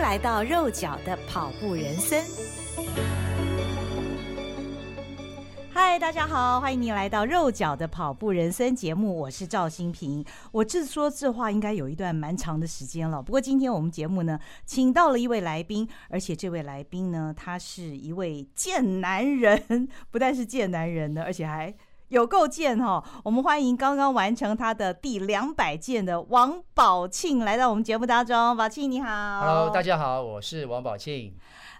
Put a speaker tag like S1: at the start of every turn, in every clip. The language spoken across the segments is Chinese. S1: 来到肉脚的跑步人生。嗨，大家好，欢迎您来到肉脚的跑步人生节目，我是赵新平。我自说自话应该有一段蛮长的时间了，不过今天我们节目呢，请到了一位来宾，而且这位来宾呢，他是一位贱男人， 不但是贱男人呢，而且还。有够贱哈！我们欢迎刚刚完成他的第两百件的王宝庆来到我们节目当中。宝庆你好
S2: Hello，大家好，我是王宝庆。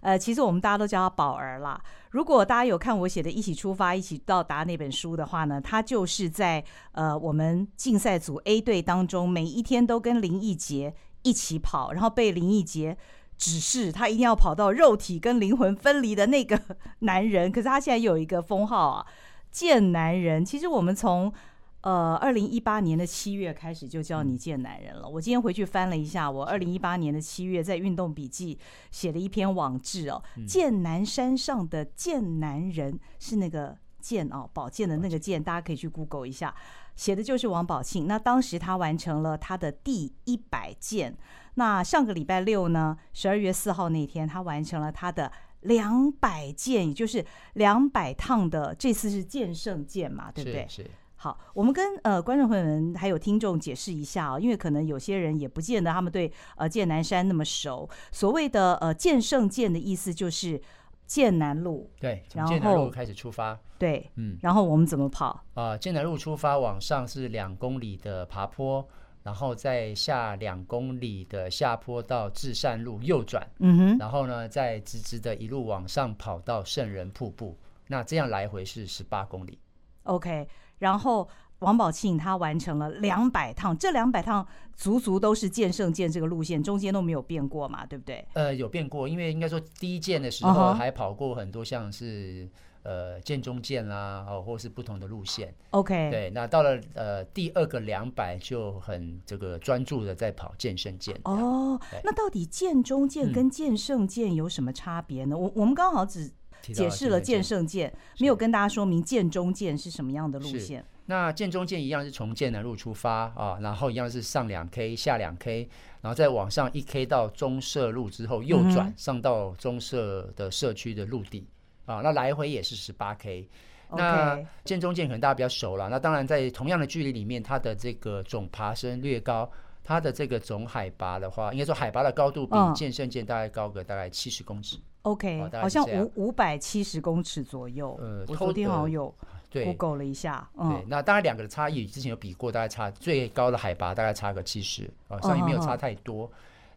S1: 呃，其实我们大家都叫他宝儿啦。如果大家有看我写的《一起出发，一起到达》那本书的话呢，他就是在呃我们竞赛组 A 队当中，每一天都跟林奕杰一起跑，然后被林奕杰。指示他一定要跑到肉体跟灵魂分离的那个 男人，可是他现在有一个封号啊，贱男人。其实我们从呃二零一八年的七月开始就叫你贱男人了。我今天回去翻了一下，我二零一八年的七月在运动笔记写了一篇网志哦，剑南山上的剑南人是那个剑哦，宝剑的那个剑，大家可以去 Google 一下，写的就是王宝庆。那当时他完成了他的第一百件，那上个礼拜六呢，十二月四号那天，他完成了他的。两百件，也就是两百趟的，这次是剑圣剑嘛，对不对？
S2: 是是，
S1: 好，我们跟呃观众朋友们还有听众解释一下啊、因为可能有些人也不见得他们对呃剑南山那么熟。所谓的呃剑圣剑的意思就是剑南路，
S2: 对，
S1: 然
S2: 从剑南
S1: 后
S2: 路开始出发，
S1: 对，
S2: 嗯，
S1: 然后我们怎么跑？
S2: 啊、剑南路出发往上是两公里的爬坡，然后再下两公里的下坡到至善路右转，
S1: 嗯哼，
S2: 然后呢再直直的一路往上跑到圣人瀑布，那这样来回是十八公里。
S1: ，OK，然后。王宝庆他完成了两百趟，这两百趟足足都是剑圣剑这个路线，中间都没有变过嘛，对不对？
S2: 呃，有变过，因为应该说第一件的时
S1: 嗯
S2: 候
S1: 哼
S2: 还跑过很多像是呃剑中剑啦，哦，或是不同的路线。
S1: OK，
S2: 对，那到了呃第二个两百就很这个专注的在跑健身健。
S1: 哦
S2: 对，嗯
S1: 那到底剑中剑跟剑圣剑有什么差别呢？我我们刚好只
S2: 提到
S1: 解释了剑
S2: 健身健。
S1: 圣剑，没有跟大家说明剑中剑是什么样的路
S2: 是
S1: 线。
S2: 那剑中剑一样是从剑南路出发啊，然后一样是上两 K 下两 K，然后再往上一 K 到中社路之后右转、
S1: 嗯
S2: 上到中社的社区的陆地啊，那来回也是十八 K。那
S1: OK，
S2: 剑中剑可能大家比较熟了，那当然在同样的距离里面，它的这个总爬升略高。它的这个总海拔的话，应该说海拔的高度比
S1: 嗯
S2: 剑圣剑大概高个大概七十公尺。
S1: OK，
S2: 哦大概是
S1: 好像
S2: 这样
S1: 五五百七十公尺左右。
S2: 呃
S1: 我
S2: 偷
S1: 昨天好像
S2: 呃
S1: 有
S2: 对
S1: Google 了一下，
S2: 对
S1: 嗯，，
S2: 那当然两个的差异之前有比过，大概差最高的海拔大概差个七十啊，
S1: 嗯
S2: 上也没有
S1: 嗯
S2: 差
S1: 嗯
S2: 太多。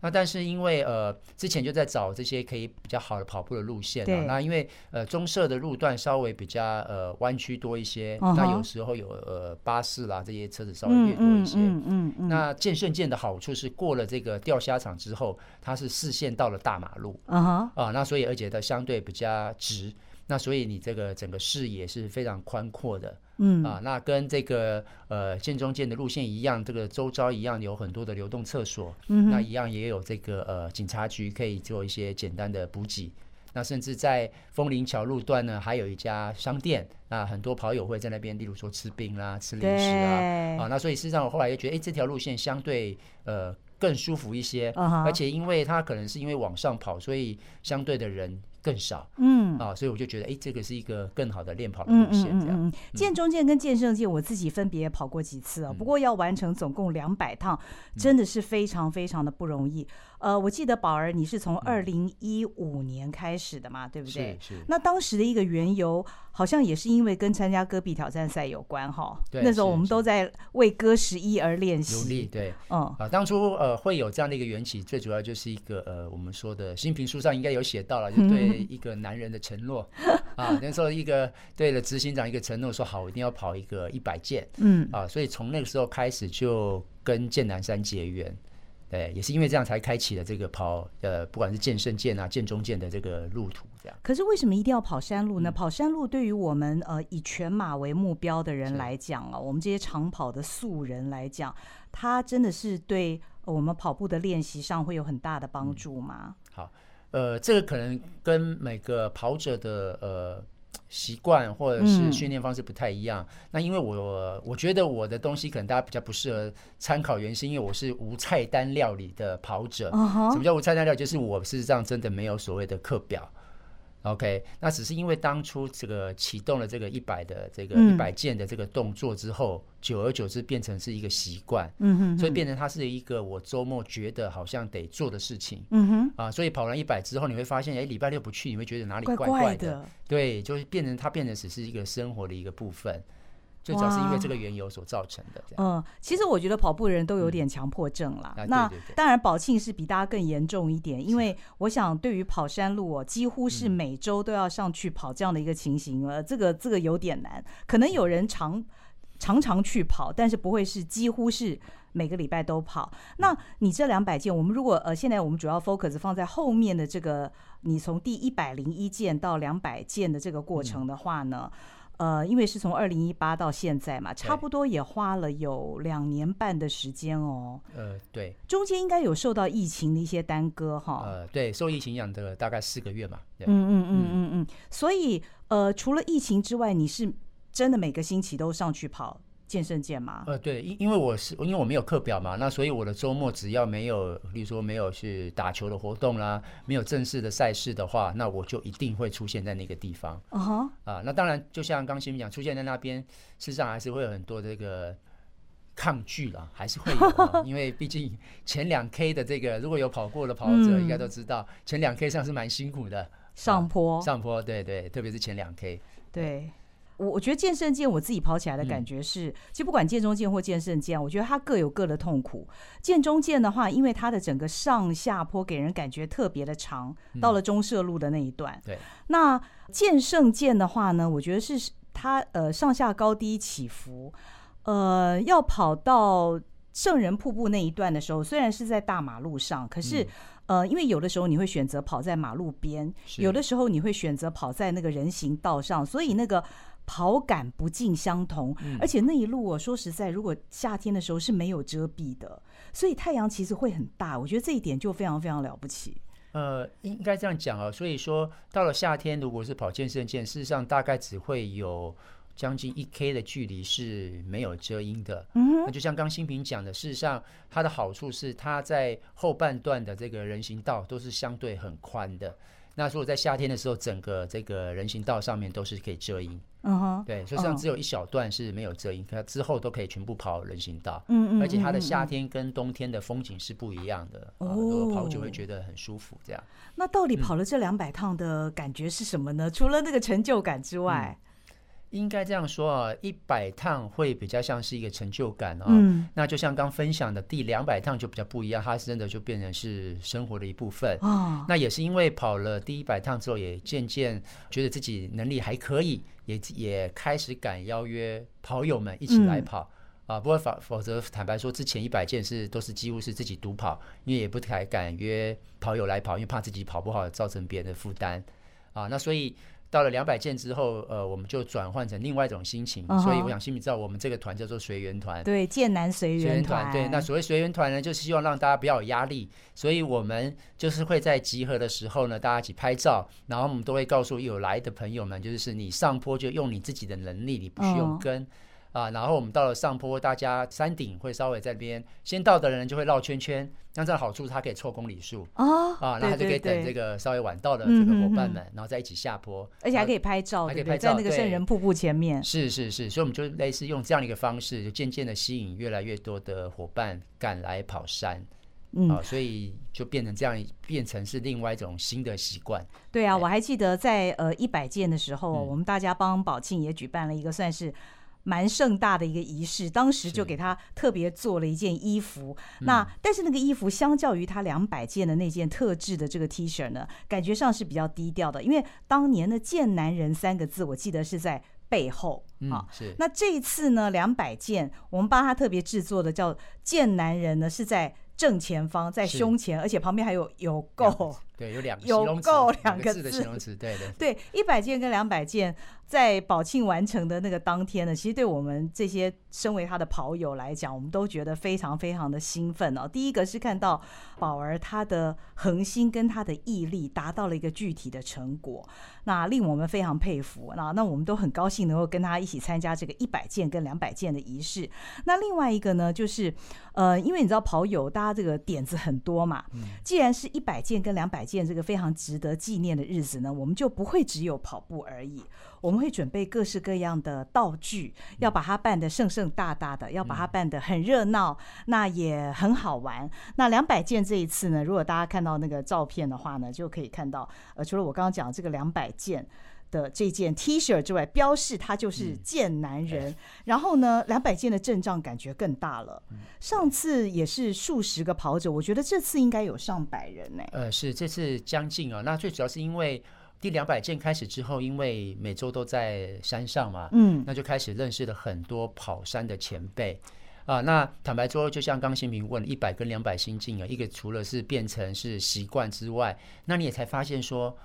S2: 那但是因为呃之前就在找这些可以比较好的跑步的路线
S1: 对
S2: 啊，那因为呃中社的路段稍微比较呃弯曲多一些，
S1: 嗯
S2: 那
S1: 哼
S2: 有时候有呃巴士啦这些车子稍微
S1: 嗯
S2: 越多一
S1: 嗯
S2: 些。
S1: 嗯嗯嗯，
S2: 那剑圣剑的好处是过了这个钓虾场之后，它是视线到了大马路，
S1: 嗯哼，
S2: 啊，那所以而且它相对比较直，那所以你这个整个视野是非常宽阔的，
S1: 嗯
S2: 啊，那跟这个呃建中建的路线一样，这个周遭一样有很多的流动厕所，
S1: 嗯
S2: 那一样也有这个呃警察局可以做一些简单的补给。那甚至在枫林桥路段呢，还有一家商店，那很多跑友会在那边，例如说吃冰啦、吃零食啊，
S1: 对
S2: 啊，那所以事实上我后来就觉得，哎，这条路线相对呃更舒服一些，
S1: 嗯哼
S2: 啊而且因为它可能是因为往上跑，所以相对的人更少
S1: 嗯。
S2: 啊，所以我就觉得，哎，这个是一个更好的练跑的
S1: 嗯
S2: 路
S1: 嗯
S2: 线，
S1: 嗯
S2: 这样。
S1: 嗯，嗯剑中剑跟剑圣剑，我自己分别跑过几次
S2: 嗯
S1: 啊，不过要完成总共两百趟，真的是非常非常的不容易。呃，我记得宝儿你是从二零一五年开始的嘛，对不对？
S2: 嗯是是
S1: 那当时的一个缘由，好像也是因为跟参加戈壁挑战赛有关哈。
S2: 对
S1: 那时候
S2: 是
S1: 我们
S2: 是
S1: 都在为歌十一而练
S2: 努力
S1: 习。
S2: 对
S1: 嗯，
S2: 啊，当初呃会有这样的一个缘起，最主要就是一个呃我们说的新评书上应该有写到了，就对一个男人的承诺啊，那时候一个对了执行长一个承诺说好，我一定要跑一个一百件，
S1: 嗯
S2: 啊，所以从那个时候开始就跟剑南山结缘。对，也是因为这样才开启了这个跑，呃，不管是剑圣剑啊、剑中剑的这个路途，这样。
S1: 可是为什么一定要跑山路呢？
S2: 嗯
S1: 跑山路对于我们呃以全马为目标的人来讲啊，我们这些长跑的素人来讲，它真的是对呃我们跑步的练习上会有很大的
S2: 嗯
S1: 帮助吗？
S2: 呃，这个可能跟每个跑者的呃习惯或者是
S1: 嗯
S2: 训练方式不太一样。那因为我我觉得我的东西可能大家比较不适合参考，原因是因为我是无菜单料理的跑者。
S1: 嗯
S2: 什
S1: 哼，
S2: 么叫无菜单料理？就是我事实上真的没有所谓的课表。OK，那只是因为当初这个启动了这个一百的这个
S1: 嗯
S2: 一百件的这个动作之后，久而久之变成是一个习惯，
S1: 嗯哼，
S2: 所以变成它是一个我周末觉得好像得做的事情。
S1: 嗯哼，
S2: 啊，所以跑完一百之后，你会发现，哎，礼拜六不去，你会觉得哪里
S1: 怪
S2: 怪
S1: 怪
S2: 的。
S1: 的，
S2: 对，就是变成它变成只是一个生活的一个部分，最早是因为这个缘由所造成的。这样，
S1: 嗯，其实我觉得跑步的人都
S2: 嗯
S1: 有点强迫症啦。
S2: 啊
S1: 那
S2: 对对对
S1: 当然，宝庆是比大家更严重一点，因为我想对于跑山路哦，几乎
S2: 嗯
S1: 是每周都要上去跑这样的一个情形，呃，这个这个有点难。可能有人常常常去跑，但是不会是几乎是。每个礼拜都跑，
S2: 嗯
S1: 那你这两百件，我们如果呃，现在我们主要 focus 放在后面的这个，你从第一百零一件到两百件的这个过程的话呢，
S2: 嗯
S1: 呃，因为是从二零一八到现在嘛，差不多也花了有两年半的时间哦。
S2: 呃，对，
S1: 中间应该有受到疫情的一些耽搁哈。
S2: 呃，对，受疫情影响的大概四个月嘛。对
S1: 哦嗯嗯嗯嗯嗯。所以呃，除了疫情之外，你是真的每个星期都上去跑健身健吗？
S2: 呃，对，因因为我是因为我没有课表嘛，那所以我的周末只要没有，例如说没有去打球的活动啦，没有正式的赛事的话，那我就一定会出现在那个地方。
S1: 啊哈，
S2: 啊，那当然，就像刚新民讲，出现在那边，事实上还是会有很多这个抗拒啦，还是会有啊 因为毕竟前两 K 的这个，如果有跑过的跑
S1: 嗯
S2: 者应该都知道，前两 K 上是蛮辛苦的，
S1: 上坡。
S2: 上坡，对对，特别是前两 K，
S1: 对。我我觉得健身健我自己跑起来的
S2: 嗯
S1: 感觉是，其实不管健中健或健肾健，我觉得它各有各的痛苦。健中健的话，因为它的整个上下坡给人感觉特别的长，到了中社路的那一段。
S2: 嗯对，
S1: 那健肾健的话呢，我觉得是它呃上下高低起伏，呃要跑到圣人瀑布那一段的时候，虽然是在大马路上，可是、
S2: 嗯
S1: 呃因为有的时候你会选择跑在马路边，
S2: 是
S1: 有的时候你会选择跑在那个人行道上，所以那个跑感不尽相同。
S2: 嗯
S1: 而且那一路我、说实在，如果夏天的时候是没有遮蔽的，所以太阳其实会很大。我觉得这一点就非常非常了不起。
S2: 呃，应该这样讲哦。所以说，到了夏天，如果是跑健身健，事实上大概只会有将近一 K 的距离是没有遮阴的。嗯，那就像刚新平讲的，事实上它的好处是它在后半段的这个人行道都是相对很宽的。那如果在夏天的时候，整个这个人行道上面都是可以遮阴，
S1: 嗯哼，
S2: 对，所以实际上
S1: 嗯
S2: 只有一小段是没有遮阴，可它之后都可以全部跑人行道。
S1: 嗯嗯，
S2: 而且它的
S1: 嗯
S2: 夏
S1: 嗯
S2: 天跟冬天的风景是不一样的，啊
S1: 哦
S2: 如果跑久会觉得很舒服，这样。
S1: 那到
S2: 嗯
S1: 底跑了这两百趟的感觉是什么呢？除了那个成就感之外，
S2: 应该这样说啊，一百趟会比较像是一个成就感啊。
S1: 嗯
S2: 那就像刚分享的第两百趟就比较不一样，它真的就变成是生活的一部分。
S1: 啊，
S2: 那也是因为跑了第一百趟之后，也渐渐觉得自己能力还可以，也也开始敢邀约跑友们一起来跑。
S1: 嗯
S2: 啊，不过否否则，坦白说，之前一百件是都是几乎是自己独跑，因为也不太敢约跑友来跑，因为怕自己跑不好造成别人的负担。啊，那所以到了两百件之后，呃，我们就转换成另外一种心情。
S1: 嗯哼
S2: 所以我想，心里知道我们这个团叫做随缘团。
S1: 对，剑南随
S2: 学
S1: 缘
S2: 员团对，那所谓学员团呢，就是希望让大家不要有压力，所以我们就是会在集合的时候呢，大家一起拍照，然后我们都会告诉有来的朋友们，就是你上坡就用你自己的能力，你不需
S1: 嗯
S2: 用跟。啊，然后我们到了上坡，大家山顶会稍微在那边，先到的人就会绕圈圈，那这样好处是他可以凑公里数
S1: 啊
S2: 啊，然后他就可以等这
S1: 个，
S2: 个稍微晚到的这个伙伴
S1: 嗯哼
S2: 们，然后再一起下坡，
S1: 而且还可
S2: 以。
S1: 以拍照，
S2: 啊还可
S1: 对
S2: 以
S1: 不对？
S2: 拍照
S1: 在那个圣
S2: 对啊
S1: 人瀑布前面，
S2: 是是是，所以我们就类似用这样的一个方式，就渐渐的吸引越来越多的伙伴赶来跑山。
S1: 嗯，
S2: 啊，所以就变成这样，变成是另外一种新的习惯。
S1: 对啊，
S2: 对
S1: 我还记得在呃一百件的时候，
S2: 嗯
S1: 我们大家帮宝庆也举办了一个算是。蛮盛大的一个仪式，当时就给他特别做了一件衣服。
S2: 嗯
S1: 那但是那个衣服相较于他两百件的那件特制的这个 T 恤呢，感觉上是比较低调的，因为当年的“贱男人”三个字，我记得是在背后，啊
S2: 嗯，是
S1: 那这一次呢，两百件，我们帮他特别制作的叫“剑男人”呢，是在正前方，在
S2: 是
S1: 胸前，而且旁边还有“有
S2: 两个
S1: 够
S2: 字对，有两个
S1: 有
S2: 形容词
S1: 够两
S2: 两
S1: 个
S2: 个字的
S1: 字
S2: 形容词，对对”。。
S1: 对，一百件跟两百件，在宝庆完成的那个当天呢，其实对我们这些身为他的跑友来讲，我们都觉得非常非常的兴奋哦。第一个是看到宝儿他的恒心跟他的毅力达到了一个具体的成果，那令我们非常佩服。那那我们都很高兴能够跟他一起参加这个一百件跟两百件的仪式。那另外一个呢，就是呃，因为你知道跑友大家这个点子很多嘛，既然是一百件跟两百件这个非常值得纪念的日子呢，我们就不会只有跑步而已，我们会准备各式各样的道具，
S2: 嗯
S1: 要把它办得盛盛大大的，要把它办得很热闹，那也很好玩。那两百件这一次呢，如果大家看到那个照片的话呢，就可以看到，呃，除了我刚刚讲的这个两百件。的这件 T 恤之外，标示它
S2: 嗯
S1: 就是贱男人。
S2: 哎
S1: 然后呢，两百件的阵仗感觉更大了。
S2: 嗯
S1: 上次也是数十个跑者，我觉得这次应该有上百人呢、
S2: 呃，是这次将近啊、那最主要是因为第两百件开始之后，因为每周都在山上嘛，
S1: 嗯，
S2: 那就开始认识了很多跑山的前辈。啊，那坦白说，就像刚新平问，一百跟两百心境啊，一个除了是变成是习惯之外，那你也才发现说，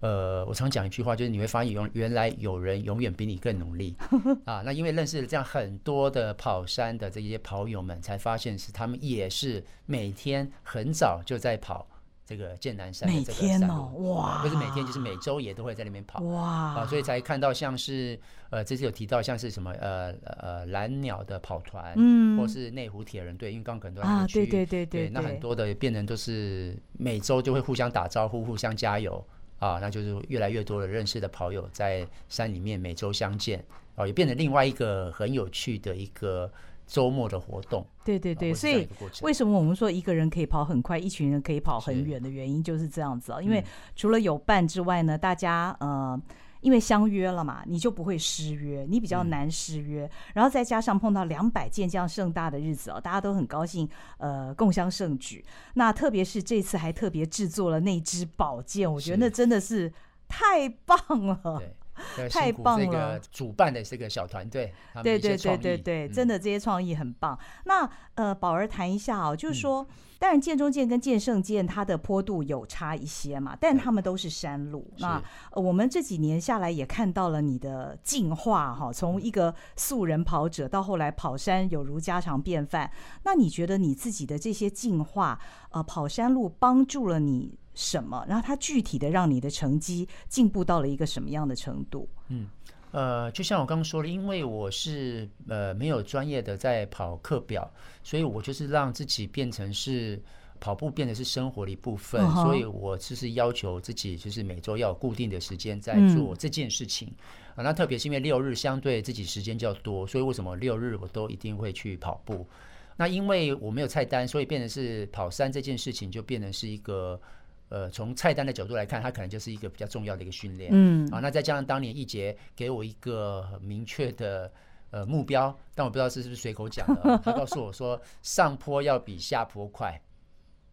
S2: 呃，我常讲一句话，就是你会发现永原来有人永远比你更 努力啊。那因为认识了这样很多的跑山的这些跑友们，才发现是他们也是每天很早就在跑这个剑南山
S1: 每
S2: 的这个
S1: 天
S2: 山
S1: 哦，
S2: 路，
S1: 哇，
S2: 不是每天，就是每周也都会在那边跑。啊，
S1: 哇，
S2: 所以才看到像是呃，这次有提到像是什么呃呃蓝鸟的跑团，
S1: 嗯
S2: 或是内湖铁人队，因为刚刚可能都在那
S1: 啊，
S2: 个区域
S1: 对对对
S2: 对那很多的变成都是每周就会互相打招呼，互相加油啊，那就是越来越多的认识的跑友在山里面每周相见啊，也变成另外一个很有趣的一个周末的活动。
S1: 对对
S2: 啊
S1: 对，
S2: 或是
S1: 所
S2: 这样一
S1: 以
S2: 个过程
S1: 为什么我们说一个人可以跑很快，一群人可以跑很远的原因就是这样子啊？因
S2: 嗯
S1: 为除了有伴之外呢，大家呃。因为相约了嘛，你就不会失约，你比较
S2: 嗯
S1: 难失约。然后再加上碰到两百件这样盛大的日子哦，大家都很高兴，呃，共襄盛举。那特别是这次还特别制作了那支宝剑，我觉得
S2: 是
S1: 那真的是太棒了。
S2: 对。要
S1: 太
S2: 辛苦
S1: 棒
S2: 这
S1: 了
S2: 个主办的这个小团队，他们
S1: 对
S2: 一些
S1: 对对
S2: 创
S1: 对
S2: 意
S1: 对，
S2: 嗯
S1: 真的这些创意很棒。那呃，宝儿谈一下哦，就是
S2: 嗯
S1: 说，当然剑中剑跟剑圣剑它的坡度有差一些嘛，但它们都是山路。
S2: 是
S1: 那呃我们这几年下来也看到了你的进化哈、
S2: 嗯
S1: 从一个素人跑者到后来跑山有如家常便饭。那你觉得你自己的这些进化，呃，跑山路帮助了你什么？然后它具体的让你的成绩进步到了一个什么样的程度？
S2: 呃，就像我刚刚说的，因为我是呃没有专业的在跑课表，所以我就是让自己变成是跑步变得是生活的一部分，
S1: 嗯哼
S2: 所以我就是要求自己就是每周要有固定的时间在
S1: 嗯
S2: 做这件事情。啊，那特别是因为六日相对自己时间较多，所以为什么六日我都一定会去跑步？那因为我没有菜单，所以变成是跑山这件事情就变成是一个，呃，从菜单的角度来看，它可能就是一个比较重要的一个训练。
S1: 嗯
S2: 啊，那再加上当年一杰给我一个很明确的呃目标，但我不知道是是不是随口讲的 啊，他告诉我说上坡要比下坡快，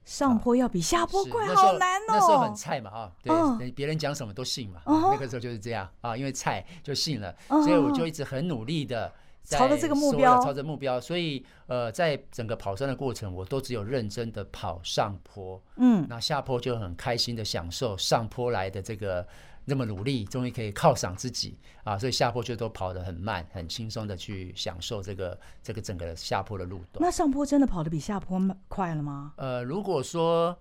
S1: 上坡要比下坡
S2: 啊是
S1: 快，
S2: 那时
S1: 好
S2: 候
S1: 难哦。
S2: 那时候很菜嘛啊，
S1: 嗯
S2: 对，别人讲什么都信嘛，
S1: 嗯
S2: 啊
S1: 哼
S2: 那个时候就是这样啊，因为菜就信了，
S1: 嗯
S2: 所以我就一直很努力的。
S1: 朝着这个目标
S2: 朝着目标，所以呃，在整个跑山的过程，我都只有认真的跑上坡，
S1: 嗯，
S2: 那下坡就很开心的享受上坡来的这个那么努力，终于可以犒赏自己啊，所以下坡就都跑得很慢，很轻松的去享受这个这个整个下坡的路段。
S1: 那上坡真的跑得比下坡慢快了吗？
S2: 呃，如果说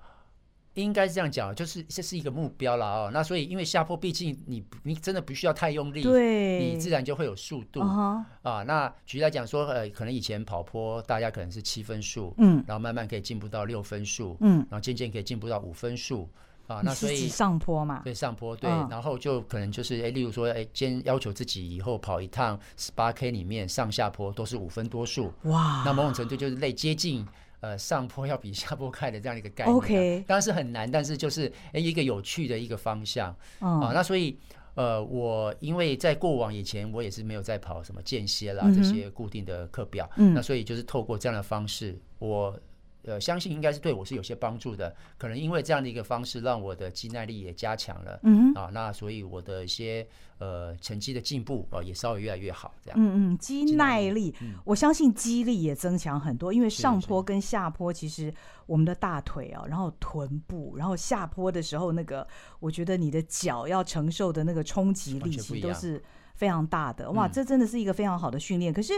S2: 应该是这样讲，啊就是这是一个目标啦哦。那所以因为下坡，毕竟你你真的不需要太用力，
S1: 对，
S2: 你自然就会有速度、
S1: 啊哈
S2: 啊。那举例来讲说，呃，可能以前跑坡大家可能是七分数，
S1: 嗯
S2: 然后慢慢可以进步到六分数，
S1: 嗯，
S2: 然后渐渐可以进步到五分数啊。
S1: 你
S2: 那
S1: 是
S2: 所
S1: 指
S2: 以
S1: 上坡嘛？
S2: 对上坡，对，
S1: 嗯
S2: 然后就可能就是哎，例如说哎，今天要求自己以后跑一趟十八 K 里面上下坡都是五分多数，那
S1: 哇，
S2: 某种程度就是类接近呃上坡要比下坡快的这样的一个概念啊、
S1: OK
S2: 当然是很难，但是就是哎一个有趣的一个方向、啊。
S1: 嗯
S2: 那所以呃，我因为在过往以前我也是没有在跑什么间歇啦、
S1: 嗯哼
S2: 这些固定的课表，
S1: 嗯
S2: 那所以就是透过这样的方式，我呃，相信应该是对我是有些帮助的。可能因为这样的一个方式，让我的肌耐力也加强了。
S1: 嗯哼
S2: 啊，那所以我的一些呃成绩的进步啊、呃也稍微越来越好，这样。
S1: 嗯嗯，肌
S2: 肌
S1: 耐
S2: 耐
S1: 力，我相信肌力也增强很多，因为
S2: 是
S1: 上
S2: 是
S1: 坡跟下坡，其实我们的大腿啊，然后臀部，然后下坡的时候，那个我觉得你的脚要承受的那个冲击
S2: 完
S1: 力，
S2: 全
S1: 其
S2: 不
S1: 实
S2: 一
S1: 都
S2: 样
S1: 是非常大的。哇，
S2: 嗯
S1: 这真的是一个非常好的训练，可是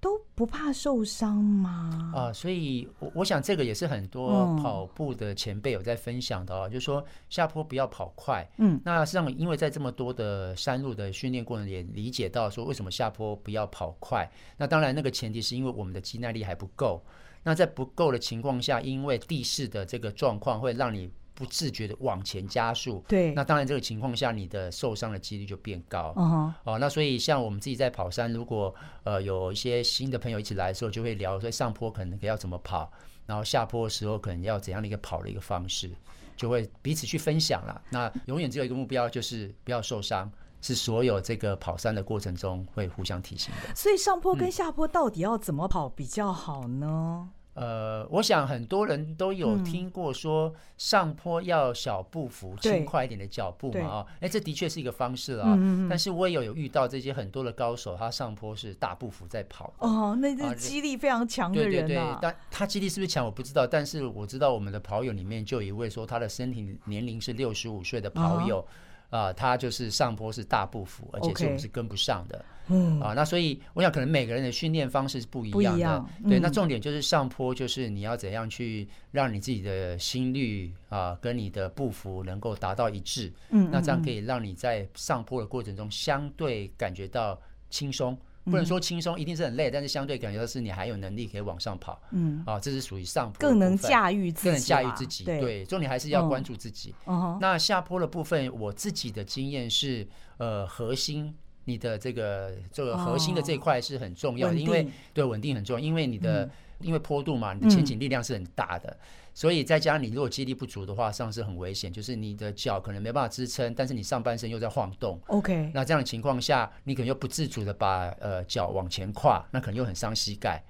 S1: 都不怕受伤吗？
S2: 啊、所以我我想这个也是很多
S1: 嗯
S2: 跑步的前辈有在分享的哦，就是说下坡不要跑快。
S1: 嗯，
S2: 那实际上因为在这么多的山路的训练过程，也理解到说为什么下坡不要跑快。那当然那个前提是因为我们的肌耐力还不够。那在不够的情况下，因为地势的这个状况会让你不自觉的往前加速。
S1: 对，
S2: 那当然这个情况下，你的受伤的几率就变高。
S1: 嗯哼，
S2: 哦，那所以像我们自己在跑山，如果呃有一些新的朋友一起来的时候，就会聊说上坡可能要怎么跑，然后下坡的时候可能要怎样的一个跑的一个方式，就会彼此去分享啦。那永远只有一个目标，就是不要受伤，是所有这个跑山的过程中会互相提醒的。
S1: 所以上坡
S2: 嗯
S1: 跟下坡到底要怎么跑比较好呢？
S2: 呃，我想很多人都有
S1: 嗯
S2: 听过说上坡要小步幅，
S1: 对
S2: 轻快一点的脚步
S1: 对
S2: 嘛啊、哎，这的确是一个方式啊。
S1: 嗯嗯嗯
S2: 但是我也有遇到这些很多的高手，他上坡是大步幅在跑的。
S1: 哦，那是
S2: 啊这
S1: 肌力非常强的
S2: 对对
S1: 人
S2: 对
S1: 啊，，
S2: 但他肌力是不是强我不知道，但是我知道我们的跑友里面就有一位说他的身体年龄是六十五岁的跑友，啊、他就是上坡是大步幅，而且是我
S1: OK
S2: 们是跟不上的
S1: 嗯，
S2: 啊、那所以我想可能每个人的训练方式是不一
S1: 不一
S2: 样的，
S1: 样
S2: 对。
S1: 嗯
S2: 那重点就是上坡，就是你要怎样去让你自己的心率啊、跟你的步幅能够达到一致，
S1: 嗯
S2: 那这样可
S1: 以，
S2: 以让你在上坡的过程中相对感觉到轻松，不
S1: 嗯
S2: 能说轻松一定是很累，但是相对感觉到是你还有能力可以往上跑
S1: 嗯，
S2: 啊，这是属于上坡的
S1: 更能
S2: 部分
S1: 驾驭自己
S2: 更
S1: 啦，
S2: 能驾驭自己。
S1: 对，
S2: 对，重点还是要
S1: 嗯
S2: 关注自己。
S1: 嗯哼，
S2: 那下坡的部分，我自己的经验是，呃，核心。你的这个这个核心的这一
S1: 哦
S2: 块是很重要的，
S1: 稳
S2: 因为
S1: 定
S2: 对稳定很重要，因为你的、
S1: 嗯
S2: 因为坡度嘛，你的前倾力量是很大的，所以再加上你如果肌力不足的话，上是很危险，就是你的脚可能没办法支撑，但是你上半身又在晃动，
S1: OK，
S2: 那这样的情况下，你可能又不自主的把呃脚往前跨，那可能又很伤膝盖。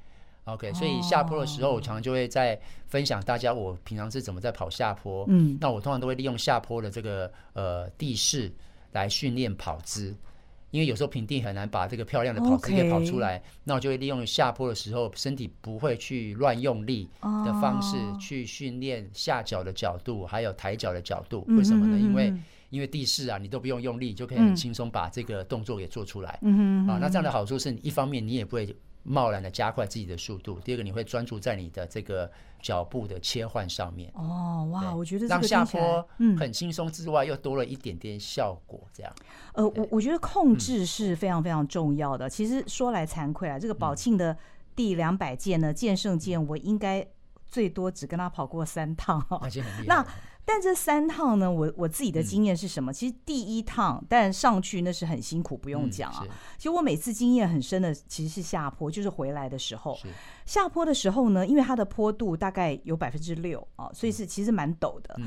S2: OK，所以下坡的时候，
S1: 哦
S2: 我常常就会在分享大家我平常是怎么在跑下坡。
S1: 嗯
S2: 那我通常都会利用下坡的这个呃地势来训练跑姿，因为有时候平地很难把这个漂亮的跑姿给跑
S1: OK
S2: 出来。那我就会利用下坡的时候，身体不会去乱用力的方式
S1: 哦
S2: 去训练下脚的角度，还有抬脚的角度。为什么呢？因为
S1: 嗯
S2: 因为地势啊，你都不用用力，就可以
S1: 嗯
S2: 很轻松把这个动作给做出来。
S1: 嗯哼
S2: 啊，那这样的好处是，一方面你也不会贸然的加快自己的速度，第二个你会专注在你的这个脚步的切换上面。
S1: 哦，哇，
S2: 对
S1: 我觉得这
S2: 让
S1: 个
S2: 下
S1: 听起来
S2: 坡
S1: 嗯，
S2: 很轻松之外，又多了一点点效果，这样。
S1: 呃，我我觉得控
S2: 嗯
S1: 制是非常非常重要的。其实说来惭愧啊，这个宝庆的第两百件呢，剑圣剑，我应该最多只跟他跑过三趟哦
S2: 那。已经很厉害嗯
S1: 那
S2: 了。
S1: 但这三趟呢，我我自己的经验是什么？其实第一趟，但上去那是很辛苦，不用
S2: 嗯
S1: 讲啊。其实我每次经验很深的其实是下坡，就是回来的时候
S2: 是，是
S1: 下坡的时候呢，因为它的坡度大概有百分之六啊，所以是其实蛮陡的。
S2: 嗯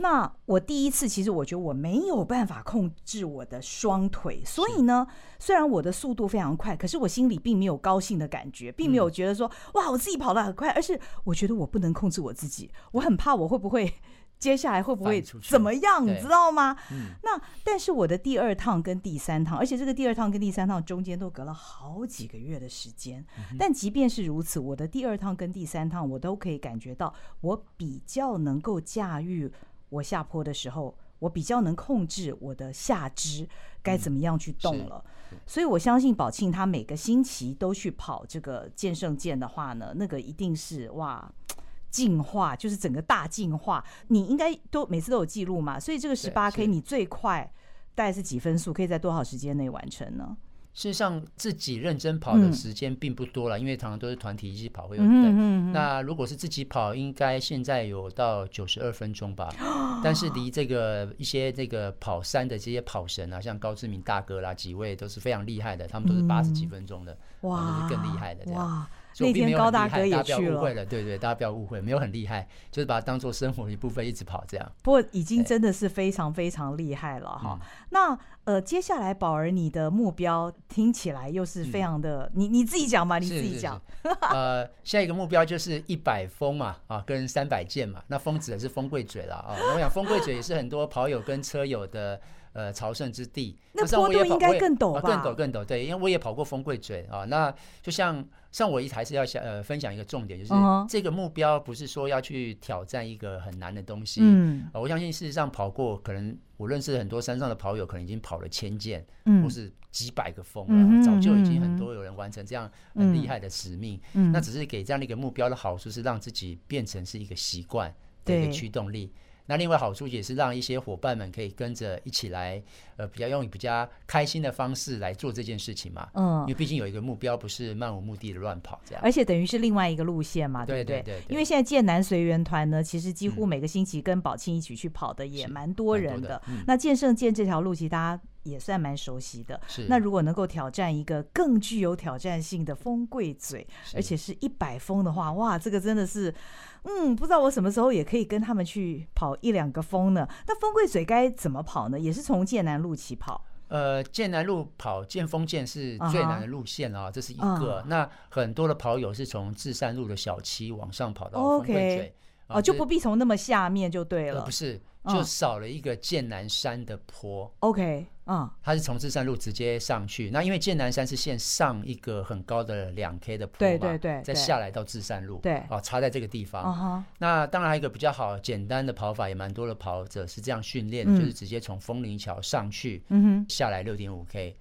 S1: 那我第一次，其实我觉得我没有办法控制我的双腿，所以呢，虽然我的速度非常快，可是我心里并没有高兴的感觉，并没
S2: 嗯
S1: 有觉得说、哇我自己跑得很快，而是我觉得我不能控制我自己，我很怕我会不会接下来会不会
S2: 翻出去
S1: 怎么样，你
S2: 对
S1: 知道吗？
S2: 嗯
S1: 那但是我的第二趟跟第三趟，而且这个第二趟跟第三趟中间都隔了好几个月的时间。但即便是如此，我的第二趟跟第三趟，我都可以感觉到我比较能够驾驭我下坡的时候，我比较能控制我的下肢该怎么样去动了。所以我相信宝庆他每个星期都去跑这个剑圣剑的话呢，那个一定是哇。进化就是整个大进化，你应该都每次都有记录嘛，所以这个十
S2: 对
S1: 八 K
S2: 是
S1: 你最快大概是几分数，可以在多少时间内完成呢？
S2: 事实上，自己认真跑的
S1: 嗯
S2: 时间并不多了，因为常常都是团体一起跑会有等。
S1: 嗯嗯嗯
S2: 那如果是自己跑，应该现在有到九十二分钟吧，
S1: 哦
S2: 但是离这个一些这个跑山的这些跑神啊，像高志明大哥啦，几位都是非常厉害的，他们都是八十几分钟的，
S1: 嗯，哇，
S2: 那是更厉害的这样
S1: 哇！
S2: 所以我并没有很厉害
S1: 那天高大哥也
S2: 大家不
S1: 去
S2: 要
S1: 了
S2: 误会了，对对，大家不要误会，没有很厉害，就是把它当做生活的一部分一直跑这样。
S1: 不过已经真的是非常非常厉害了哈。
S2: 嗯
S1: 那呃，接下来宝儿你的目标听起来又是非常的，你你自己讲啊吧，你
S2: 嗯
S1: 自
S2: 是
S1: 己讲。。
S2: 是是 呃，下一个目标就是一百封嘛，啊，跟三百件嘛。那封指的是丰贵嘴啦，啊，那我想丰贵嘴也是很多跑友跟车友的呃朝圣之地。
S1: 那
S2: 像我
S1: 坡度
S2: 也跑
S1: 应该
S2: 我也
S1: 更陡
S2: 啊
S1: 吧
S2: 更陡更陡，对，因为我也跑过丰贵嘴啊。那就像像我一还是要想呃分享一个重点，就是
S1: 嗯哼
S2: 这个目标不是说要去挑战一个很难的东西，
S1: 嗯
S2: 呃，我相信事实上跑过，可能我认识很多山上的跑友，可能已经跑了千件，
S1: 嗯
S2: 或是几百个峰了，
S1: 嗯哼
S2: 早就已
S1: 嗯
S2: 经
S1: 哼
S2: 很多有人完成这样很厉害的使命。
S1: 嗯，
S2: 那只是给这样的一个目标的好处是让自己变成是一个习惯的一
S1: 对
S2: 个驱动力。那另外好处也是让一些伙伴们可以跟着一起来，呃，比较用比较开心的方式来做这件事情嘛。
S1: 嗯
S2: 因为，毕竟有一个目标，不是漫无目的的乱跑这样。
S1: 而且等于是另外一个路线嘛，
S2: 对
S1: 不对？
S2: 对对对
S1: 因为现在剑南随缘团呢，其实几乎每个星期跟宝庆一起去跑的也
S2: 是
S1: 蛮多
S2: 蛮
S1: 人
S2: 多的
S1: 的。
S2: 嗯
S1: 那剑圣剑这条路其实大家也算蛮熟悉的。
S2: 是
S1: 那如果能够挑战一个更具有挑战性的风贵嘴，而且是一百峰的话，哇，这个真的是，嗯，不知道我什么时候也可以跟他们去跑一两个峰呢。那风贵嘴该怎么跑呢？也是从剑南路起跑，
S2: 呃，剑南路跑剑峰剑是最难的路线啊，这是一个。那很多的跑友是从至善路的小七往上跑到峰
S1: OK
S2: 贵嘴，啊
S1: 哦，就
S2: 这
S1: 不必从那么下面就对
S2: 呃
S1: 了
S2: 不。是，
S1: 嗯
S2: 就少了一个剑南山的坡。
S1: OK，嗯
S2: 它是从至善路直接上去，那因为剑南山是线上一个很高的两 K 的坡嘛，
S1: 对对对对
S2: 再下来到至善路，
S1: 对
S2: 啊，插在这个地方，
S1: 啊哈，
S2: 那当然还有一个比较好简单的跑法，也蛮多的跑者是这样训练的，
S1: 嗯
S2: 就是直接从枫林桥上去，
S1: 嗯哼，
S2: 下来六点五 K，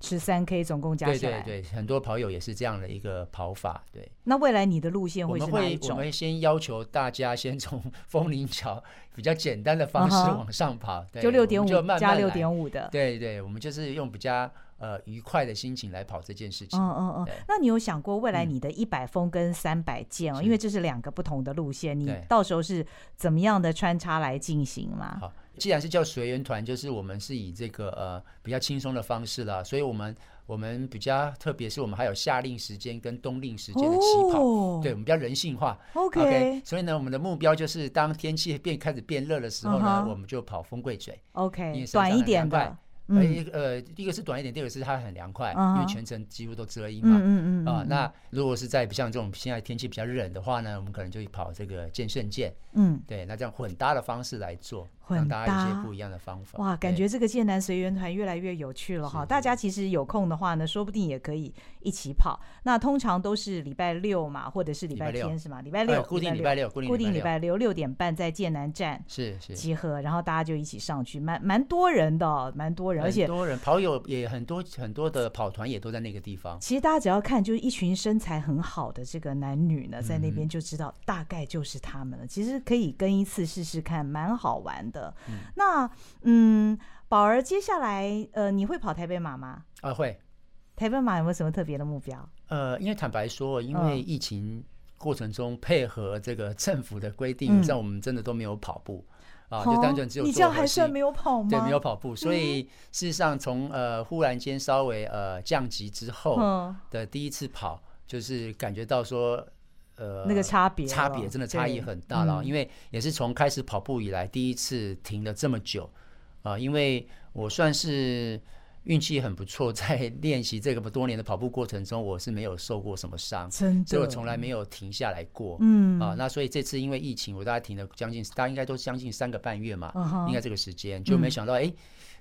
S1: 十三 K 总共加
S2: 对
S1: 起来。
S2: 对对，很多跑友也是这样的一个跑法。对，
S1: 那未来你的路线
S2: 我
S1: 会是
S2: 们
S1: 哪一
S2: 会我
S1: 种
S2: 们？会先要求大家先从 枫林桥比较简单的方式
S1: 嗯哼
S2: 往上跑，对
S1: 就六点
S2: 我
S1: 五
S2: 们就慢慢
S1: 加
S2: 来
S1: 六点五的。
S2: 对对，我们就是用比较呃愉快的心情来跑这件事情。
S1: 嗯嗯嗯
S2: 对，嗯
S1: 那你有想过未来你的一百封跟三百件哦，
S2: 是
S1: 因为这是两个不同的路线，你
S2: 对
S1: 到时候是怎么样的穿插来进行吗？
S2: 好，既然是叫随缘团，就是我们是以这个呃比较轻松的方式啦，所以我们我们比较特别是我们还有夏令时间跟冬令时间的起跑，
S1: 哦
S2: 对我们比较人性化。
S1: ，OK
S2: 所以呢，我们的目标就是当天气变开始变热的时候呢
S1: 嗯哼
S2: 我们就跑风柜水。因
S1: OK，
S2: 为山上
S1: 短一
S2: 很
S1: 点
S2: 凉
S1: 的
S2: 快，呃，
S1: 嗯
S2: 一个呃，一个是短一点，第二个是它很凉快
S1: 嗯哼
S2: 因为全程几乎都遮阴嘛。
S1: 嗯嗯嗯
S2: 啊、
S1: 嗯
S2: 那如果是在像这种现在天气比较冷的话呢，我们可能就跑这个剑圣剑，
S1: 嗯，
S2: 对，那这样混搭的方式来做，
S1: 混
S2: 让大家有
S1: 搭
S2: 些不一样的方法。
S1: 哇，感
S2: 对
S1: 觉这个剑南随缘团越来越有趣了哈！
S2: 是
S1: 大家其实有空的话呢，说不定也可以一起跑。那通常都是礼拜六嘛，或者是礼
S2: 礼拜
S1: 拜
S2: 六
S1: 天是吗？礼拜
S2: 呃
S1: 六，
S2: 固定礼拜六，固
S1: 固定礼
S2: 礼拜
S1: 拜六六点半在剑南站
S2: 六是是，
S1: 集合，然后大家就一起上去，蛮蛮多人的哦、蛮多人，而且
S2: 很多人跑友也很多，很多的跑团也都在那个地方。
S1: 其实大家只要看，就是一群身材很好的这个男女呢，
S2: 嗯
S1: 在那边就知道大概就是他们了。其实可以跟一次试试看，蛮好玩的。那嗯，宝儿，接下来呃，你会跑台北马吗？
S2: 啊，会，
S1: 台北马有没有什么特别的目标？
S2: 呃，因为坦白说，因
S1: 嗯
S2: 为疫情过程中配合这个政府的
S1: 嗯
S2: 规
S1: 哦
S2: 定，像我们真的都没有跑步啊，就单纯只有
S1: 你
S2: 做
S1: 这样
S2: 核
S1: 还算
S2: 心
S1: 没有跑吗？嗯
S2: 对，没有跑步，所以事实上从呃忽然间稍微呃降级之后
S1: 嗯，
S2: 的第一次跑，就是感觉到说。呃，
S1: 那个差别了
S2: 差别真的差异
S1: 对
S2: 很大了，
S1: 嗯
S2: 因为也是从开始跑步以来第一次停了这么久，啊、因为我算是运气很不错，在 练习这个多年的跑步过程中，我是没有受过什么伤，
S1: 真
S2: 所以
S1: 的，
S2: 我从来没有停下来过。
S1: 嗯
S2: 啊，那所以这次因为疫情，我大概停了将近，大家应该都是将近三个半月嘛，
S1: 嗯哼
S2: 应该这个时间，就
S1: 嗯
S2: 没想到哎、诶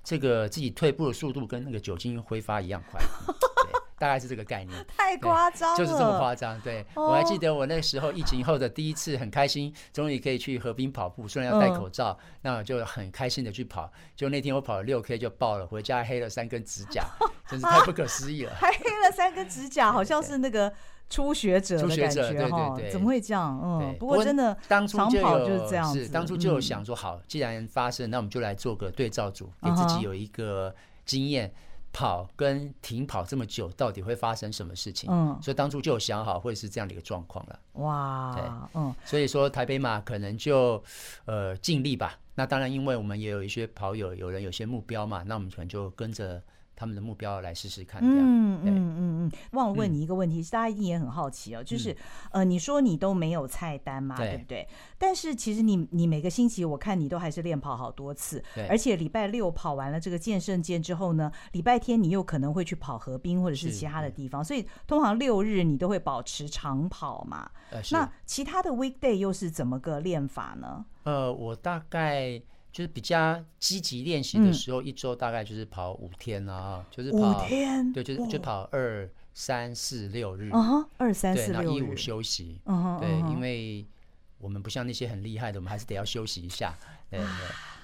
S2: 这个自己退步的速度跟那个酒精挥发一样快， 对，大概是这个概念。
S1: 太夸张了，
S2: 就是这么夸张，对、
S1: 哦
S2: 我还记得我那时候疫情后的第一次很开心，终于可以去河滨跑步，虽然要戴口罩，
S1: 哦
S2: 那我就很开心的去跑。就那天我跑了六 K 就爆了，回家黑了三根指甲， 真是太不可思议了。
S1: 还黑了三根指甲，好像是那个初学者的
S2: 初学
S1: 感
S2: 者
S1: 觉
S2: 对对
S1: 哈，
S2: 对
S1: 怎么会这样？
S2: 对
S1: 嗯，不
S2: 不
S1: 过
S2: 过
S1: 真的
S2: 当初
S1: 长
S2: 就
S1: 跑
S2: 有
S1: 就是这样子，
S2: 是当初就有
S1: 嗯
S2: 想说，好，既然发生，那我们就来做个对照组，给自
S1: 嗯哼
S2: 己有一个经验。跑跟停跑这么久，到底会发生什么事情？
S1: 嗯
S2: 所以当初就有想好会是这样的一个状况了。
S1: 哇，嗯，
S2: 所以说台北马可能就呃尽力吧。那当然，因为我们也有一些跑友，有人有些目标嘛，那我们可能就跟着他们的目标来试试看，这样。
S1: 嗯嗯
S2: 对
S1: 嗯嗯，忘了问你一个问题，大家一定也很好奇哦，就是、呃，你说你都没有菜单嘛，
S2: 嗯对
S1: 对不对？但是其实你你每个星期我看你都还是练跑好多次，
S2: 对
S1: 而且礼拜六跑完了这个健身健之后呢，礼拜天你又可能会去跑河滨或者是
S2: 是嗯
S1: 其他的地方，所以通常六日你都会保持长跑嘛。
S2: 呃，是
S1: 那其他的 weekday 又是怎么个练法呢？
S2: 呃，我大概就是比较积极练习的
S1: 嗯
S2: 时候，一周大概就是跑五天啦、啊，就是
S1: 五
S2: 跑
S1: 天，
S2: 对，就是就跑二三四六日，
S1: 啊哈，二三
S2: 对，
S1: 四
S2: 然后
S1: 六
S2: 一
S1: 日
S2: 五，休息，
S1: 嗯哼，
S2: 对
S1: 嗯哼，
S2: 因为我们不像那些很厉害的，我们还是得要休息一下，对对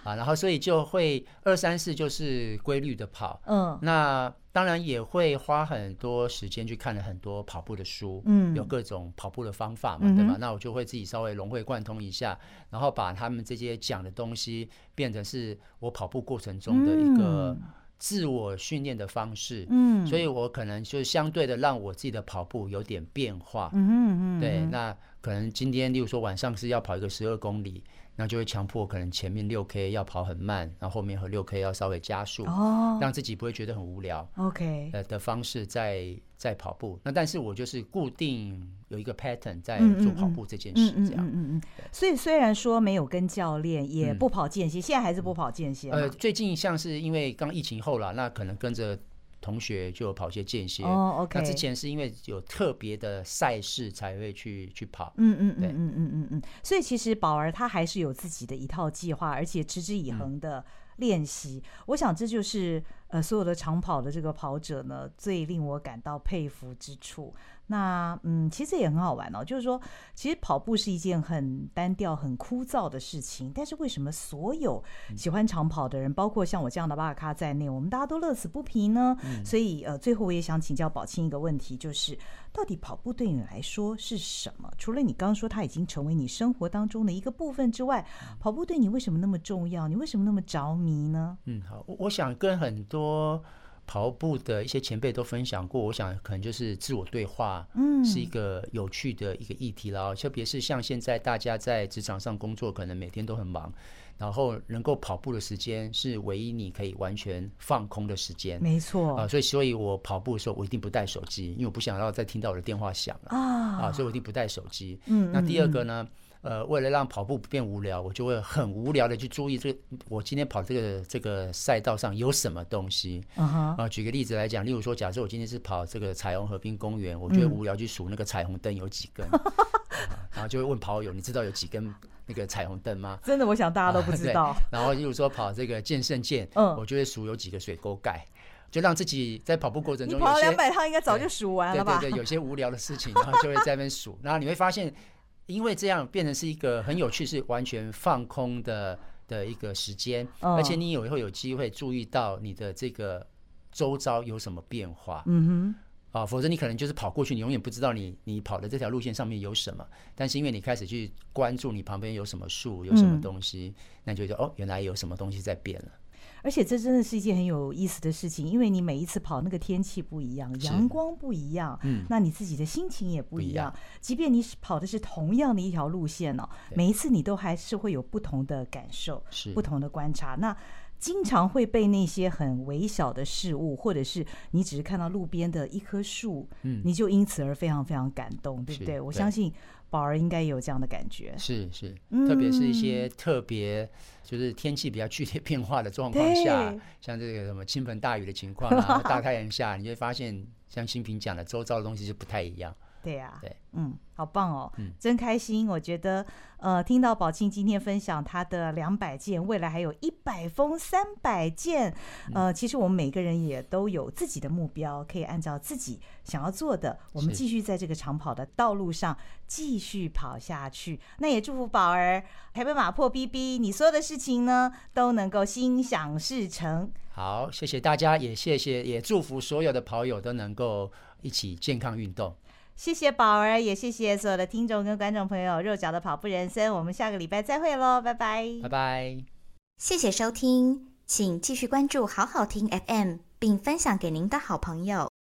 S2: 啊，然后所以就会二三四就是规律的跑，
S1: 嗯
S2: 那当然也会花很多时间去看了很多跑步的书，
S1: 嗯
S2: 有各种跑步的方法嘛，
S1: 嗯哼
S2: 对吧？那我就会自己稍微融会贯通一下，然后把他们这些讲的东西变成是我跑步过程中的一个自我训练的方式。
S1: 嗯，
S2: 所以我可能就相对的让我自己的跑步有点变化。
S1: 嗯哼嗯哼，
S2: 对，那可能今天，例如说晚上是要跑一个十二公里，那就会强迫可能前面六 K 要跑很慢，然后后面和六 K 要稍微加速。
S1: 哦
S2: 让自己不会觉得很无聊，
S1: ，OK，
S2: 呃的方式在在跑步。那但是我就是固定有一个 pattern 在
S1: 嗯嗯
S2: 做跑
S1: 嗯
S2: 步这件
S1: 嗯
S2: 事，
S1: 嗯
S2: 这样。
S1: 嗯嗯嗯，所以虽然说没有跟教练，也
S2: 嗯
S1: 不跑间歇，现在还是不跑间歇嘛，
S2: 呃，最近像是因为刚疫情后啦，那可能跟着同学就有跑一些间歇。
S1: 哦，OK，
S2: 那之前是因为有特别的赛事才会去去跑。
S1: 嗯嗯
S2: 对
S1: 嗯嗯嗯嗯嗯，所以其实宝儿她还是有自己的一套计划，而且持之以恒的练习。我想这就是呃所有的长跑的这个跑者呢，最令我感到佩服之处。那嗯，其实也很好玩哦，就是说，其实跑步是一件很单调、很枯燥的事情，但是为什么所有喜欢长跑的人，包括像我这样的巴卡咖在内，我们大家都乐此不疲呢？所以呃，最后我也想请教宝清一个问题，就是到底跑步对你来说是什么？除了你刚刚说它已经成为你生活当中的一个部分之外，跑步对你为什么那么重要？你为什么那么着迷呢？
S2: 嗯，好，我我想跟很多跑步的一些前辈都分享过，我想可能就是自我对话，
S1: 嗯
S2: 是一个有趣的一个议题啦。特别是像现在大家在职场上工作，可能每天都很忙，然后能够跑步的时间是唯一你可以完全放空的时间
S1: 没
S2: 啊、
S1: 错
S2: 所以，所以我跑步的时候，我一定不带手机，因为我不想要再听到我的电话响了啊、
S1: 啊，
S2: 所以我一定不带手机。
S1: 嗯
S2: 那第二个呢？呃，为了让跑步不变无聊，我就会很无聊的去注意这个我今天跑这个这个赛道上有什么东西。
S1: 嗯哼，
S2: 啊，举个例子来讲，例如说，假设我今天是跑这个彩虹河滨公园，我觉得
S1: 嗯
S2: 无聊去数那个彩虹灯有几 根，然后就会问跑友，你知道有几根那个彩虹灯吗？啊
S1: 真的，我想大家都不知道。
S2: 然后例如说跑这个健胜健，
S1: 嗯
S2: 我就会数有几个水沟盖，就让自己在跑步过程
S1: 你
S2: 中
S1: 跑
S2: 有
S1: 了
S2: 些
S1: 两百趟，应该早就数完了吧？
S2: 对对对，有些无聊的事情，然后就会在那边数，然后你会发现，因为这样变成是一个很有趣，是完全放空的的一个时间，
S1: 嗯
S2: 而且你也会有机会注意到你的这个周遭有什么变化。
S1: 嗯
S2: 啊，否则你可能就是跑过去，你永远不知道你你跑的这条路线上面有什么。但是因为你开始去关注你旁边有什么树，有什么
S1: 嗯
S2: 东西，那你就觉得哦，原来有什么东西在变了。
S1: 哼，而且这真的是一件很有意思的事情，因为你每一次跑，那个天气不一样，
S2: 是
S1: 阳光不一样，
S2: 嗯，
S1: 那你自己的心情也不
S2: 不
S1: 一
S2: 一样
S1: 样。即便你是跑的是同样的一条路线哦，
S2: 对
S1: 每一次你都还是会有不同的感受。
S2: 是
S1: 不同的观察。那经常会被那些很微小的事物，或者是你只是看到路边的一棵树，
S2: 嗯
S1: 你就因此而非常非常感动，对不
S2: 是
S1: 对？我
S2: 对
S1: 相信宝儿应该也有这样的感觉。
S2: 是是，特别是一些特别就是天气比较剧烈变化的状况下
S1: 对，
S2: 像这个什么倾盆大雨的情况啊，大太阳下，你就会发现像新平讲的，周遭的东西就不太一样。
S1: 对呀、
S2: 对
S1: 嗯，好棒哦，
S2: 嗯
S1: 真开心。我觉得，呃，听到宝庆今天分享他的两百件，未来还有一百封、三百件，
S2: 嗯
S1: 呃，其实我们每个人也都有自己的目标，可以按照自己想要做的，我们
S2: 是
S1: 继续在这个长跑的道路上继续跑下去。那也祝福宝儿台北马破 B B，你所有的事情呢都能够心想事成。
S2: 好，谢谢大家，也谢谢，也祝福所有的跑友都能够一起健康运动。
S1: 谢谢宝儿，也谢谢所有的听众跟观众朋友。肉脚的跑步人生，我们下个礼拜再会喽，拜拜。
S2: 拜拜。
S3: 谢谢收听，请继续关注好好听 FM，并分享给您的好朋友。